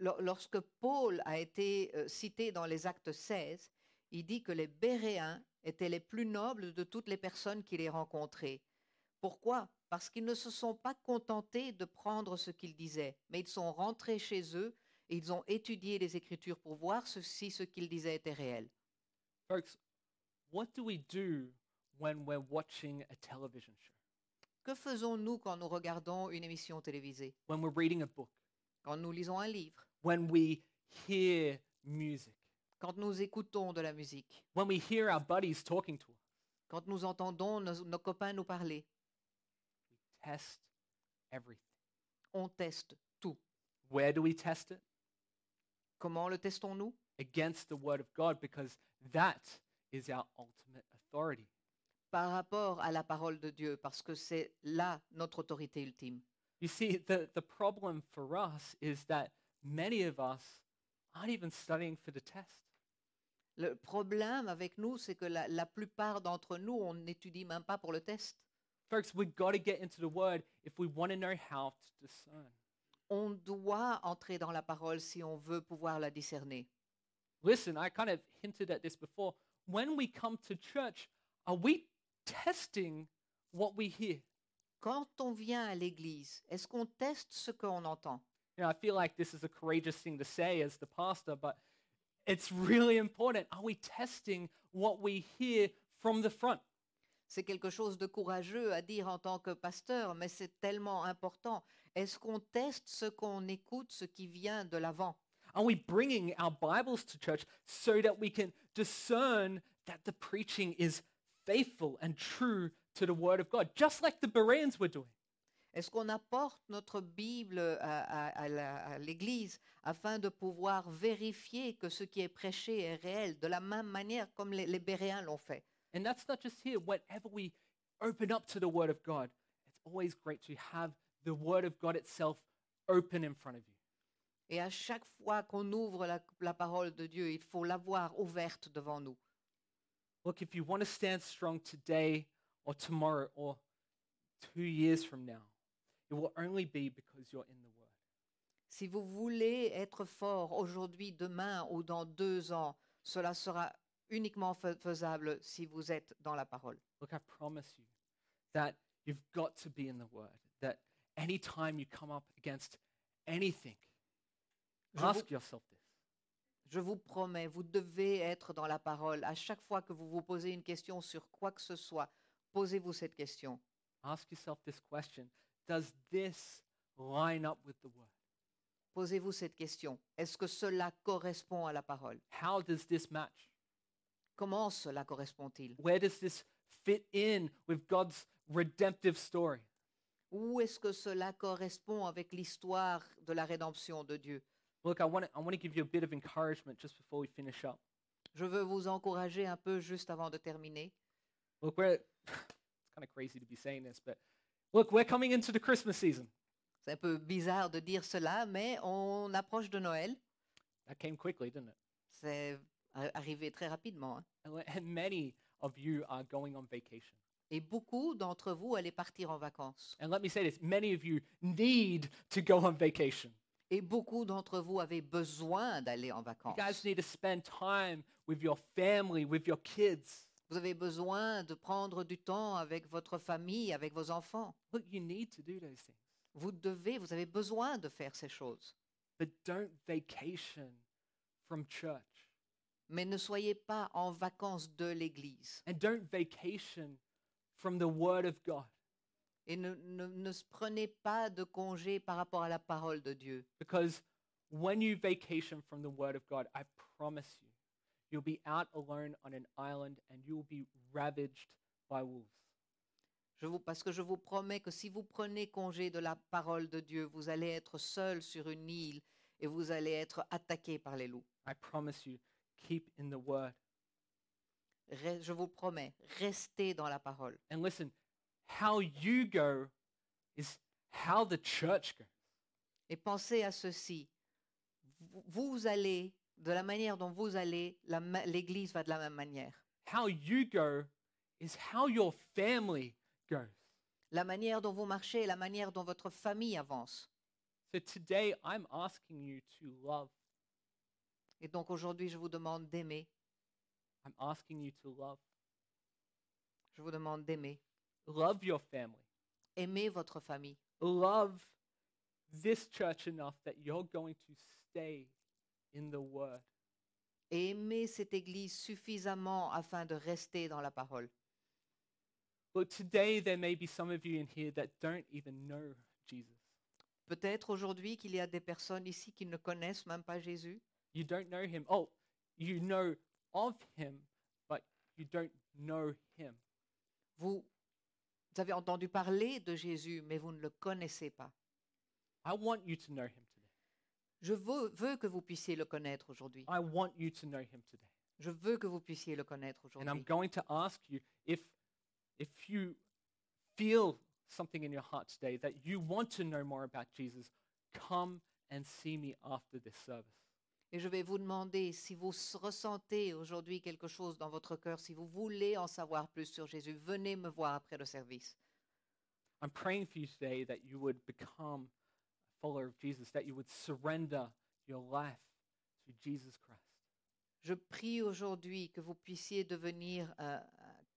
Lo- Lorsque Paul a été euh, cité dans les Actes 16, il dit que les Béréens étaient les plus nobles de toutes les personnes qu'il ait rencontrées. Pourquoi Parce qu'ils ne se sont pas contentés de prendre ce qu'ils disaient, mais ils sont rentrés chez eux et ils ont étudié les Écritures pour voir ce- si ce qu'ils disaient était réel. Folks, what do we do when we're watching a television show, Que faisons-nous quand nous regardons une émission télévisée when we're reading a book, Quand nous lisons un livre when we hear music? Quand nous écoutons de la musique when we hear our buddies talking to us, Quand nous entendons nos- nos copains nous parler we test everything. On teste tout. Where do we test it? Comment le testons-nous Against the Word of God, because that is our ultimate authority. par rapport à la parole de Dieu, parce que c'est là notre autorité ultime. You see, the, the problem for us is that many of us aren't even studying for the test. Le problème avec nous, c'est que la, la plupart d'entre nous, on n'étudie même pas pour le test. Folks, we've got to get into the Word if we want to know how to discern. On doit entrer dans la parole si on veut pouvoir la discerner. Listen, I kind of hinted at this before. When we come to church, are we testing what we hear? Quand on vient à l'Église, est-ce qu'on teste ce qu'on entend You know, I feel like this is a courageous thing to say as the pastor, but it's really important. Are we testing what we hear from the front? C'est quelque chose de courageux à dire en tant que pasteur, mais c'est tellement important. Est-ce qu'on teste ce qu'on écoute, ce qui vient de l'avant Are we bringing our Bibles to church so that we can discern that the preaching is faithful and true to the Word of God, just like the Bereans were doing? Est-ce qu'on apporte notre Bible à, à- à la- à l'Église afin de pouvoir vérifier que ce qui est prêché est réel, de la même manière comme les, les Béréens l'ont fait And that's not just here. Whenever we open up to the Word of God, it's always great to have the Word of God itself open in front of you. Et à chaque fois qu'on ouvre la, la parole de Dieu, il faut l'avoir ouverte devant nous. Look, if you want to stand strong today or tomorrow or two years from now, it will only be because you're in the Word. Si vous voulez être fort aujourd'hui, demain ou dans deux ans, cela sera uniquement fa- faisable si vous êtes dans la parole. Look, I promise you that you've got to be in the Word, that anytime you come up against anything, Je vous- ask yourself this Je vous promets, vous devez être dans la parole. À chaque fois que vous vous posez une question sur quoi que ce soit, posez-vous cette question. Ask yourself this question Does this line up with the word? Posez-vous cette question. Est-ce que cela correspond à la parole How does this match? Comment cela correspond-il Where does this fit in with God's redemptive story? Où est-ce que cela correspond avec l'histoire de la rédemption de Dieu Look, I want to I want to give you a bit of encouragement just before we finish up. Je veux vous encourager un peu juste avant de terminer. Look, we're it's kind of crazy to be saying this, but look, we're coming into the Christmas season. C'est un peu bizarre de dire cela, mais on approche de Noël. That came quickly, didn't it? C'est a- arrivé très rapidement. hein. And le- And many of you are going on vacation. Et beaucoup d'entre vous allez partir en vacances. And let me say this, many of you need to go on vacation. Et beaucoup d'entre vous avez besoin d'aller en You vacances. guys need to spend time with your family, with your kids. Vous avez besoin de prendre du temps avec votre famille, avec vos enfants. Look, you need to do those things. Vous devez, vous avez besoin de faire ces choses. But don't vacation from church. Mais ne soyez pas en vacances de l'Église. And don't vacation from the Word of God. Et ne, ne, ne se prenez pas de congé par rapport à la parole de Dieu. Because when you vacation from the Word of God, I promise you, you'll be out alone on an island and you will be ravaged by wolves. Je vous, parce que je vous promets que si vous prenez congé de la parole de Dieu, vous allez être seul sur une île et vous allez être attaqué par les loups. I promise you, keep in the Word. Re- je vous promets, restez dans la parole. And listen, how you go is how the church goes. Et pensez à ceci. Vous- Vous allez, de la manière dont vous allez, la ma- l'Église va de la même manière. How you go is how your family goes. La manière dont vous marchez, la manière dont votre famille avance. So today I'm asking you to love. Et donc aujourd'hui, je vous demande d'aimer. I'm asking you to love. Je vous demande d'aimer. Love your family. Aimez votre famille. Love this church enough that you're going to stay in the word. Et aimez cette Église suffisamment afin de rester dans la parole. Look, today there may be some of you in here that don't even know Jesus. Peut-être aujourd'hui qu'il y a des personnes ici qui ne connaissent même pas Jésus. You don't know him. Oh, you know of him, but you don't know him. Vous, vous avez entendu parler de Jésus, mais vous ne le connaissez pas. I want you to know him today. Je veux, veux que vous puissiez le connaître aujourd'hui. I want you to know him today. Je veux que vous puissiez le connaître And I'm aujourd'hui. going to ask you if, if you feel something in your heart today that you want to know more about Jesus, come and see me after this service. Et je vais vous demander si vous s- ressentez aujourd'hui quelque chose dans votre cœur, si vous voulez en savoir plus sur Jésus, venez me voir après le service. I'm praying for you today that you would become a follower of Jesus, that you would surrender your life to Jesus Christ. Je prie aujourd'hui que vous puissiez devenir euh,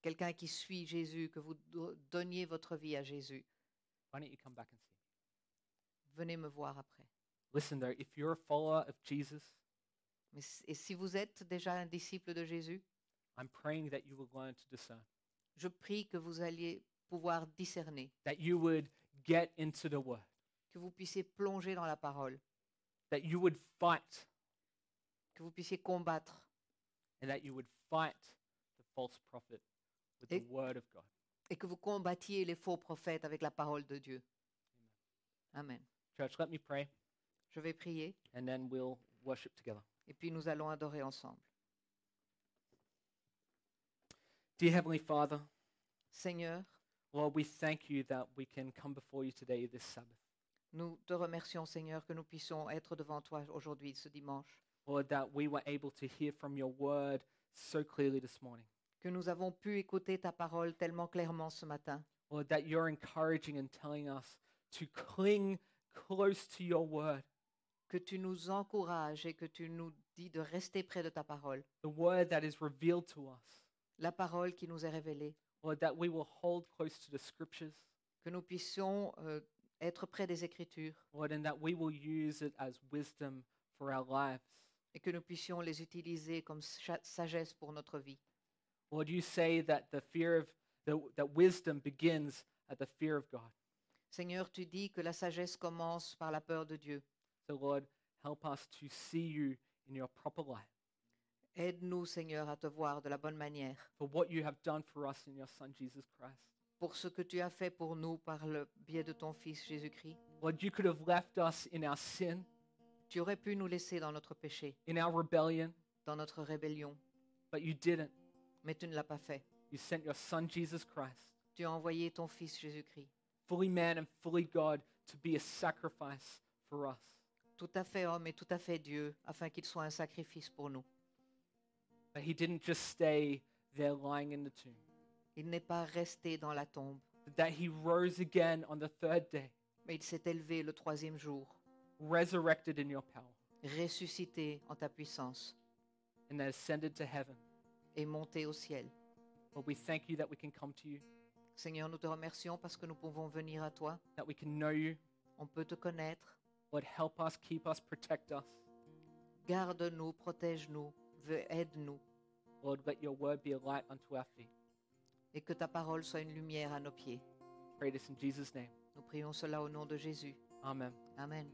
quelqu'un qui suit Jésus, que vous do- donniez votre vie à Jésus. Why don't you come back and see me? Venez me voir après. Listen, though, if you're a follower of Jesus, Mais s- et si vous êtes déjà un disciple de Jésus, I'm praying that you will learn to discern, je prie que vous alliez pouvoir discerner, that you would get into the Word, que vous puissiez plonger dans la parole, that you would fight que vous puissiez combattre and that you would fight the false prophet with Ik- the word of God. et que vous combattiez les faux prophètes avec la parole de Dieu. Amen. Church, let me pray, Je vais prier and then we'll worship together. et puis nous allons adorer ensemble. Dear Heavenly Father, Seigneur, Lord, we thank you that we can come before you today, this Sabbath. nous te remercions, Seigneur, que nous puissions être devant toi aujourd'hui, ce dimanche. Lord, that we were able to hear from your word so clearly this morning. que nous avons pu écouter ta parole tellement clairement ce matin. Lord, that you're encouraging and telling us to cling close to your word, Que tu nous encourages et que tu nous dis de rester près de ta parole, the word that is revealed to us. la parole qui nous est révélée. Lord, that we will hold close to the scriptures. Que nous puissions euh, être près des Écritures Lord, and that we will use it as wisdom for our lives. et que nous puissions les utiliser comme sa- sagesse pour notre vie. Lord, you say that the fear of the, that wisdom begins at the fear of God. Seigneur, tu dis que la sagesse commence par la peur de Dieu. So Lord, help us to see you in your proper light Aide-nous, Seigneur, à te voir de la bonne manière for what you have done for us in your son Jesus Christ. pour ce que tu as fait pour nous par le biais de ton Fils Jésus-Christ. Lord, you could have left us in our sin, Tu aurais pu nous laisser dans notre péché, in our rebellion, dans notre rébellion, but you didn't. mais tu ne l'as pas fait. You sent your son Jesus Christ, Tu as envoyé ton Fils Jésus-Christ, fully man and fully God, to be a sacrifice for us. tout à fait homme et tout à fait Dieu, afin qu'il soit un sacrifice pour nous. But he didn't just stay there lying in the tomb. Il n'est pas resté dans la tombe, That he rose again on the third day, mais il s'est élevé le troisième jour, resurrected in your power, ressuscité en ta puissance and then ascended to heaven. et monté au ciel. Lord, we thank you that we can come to you, Seigneur, nous te remercions parce que nous pouvons venir à toi. that we can know you. On peut te connaître. Lord, help us, keep us, protect us. Garde-nous, protège-nous, ve- aide-nous. Lord, let your word be a light unto our feet. Et que ta parole soit une lumière à nos pieds. Pray this in Jesus' name. Nous prions cela au nom de Jésus. Amen. Amen.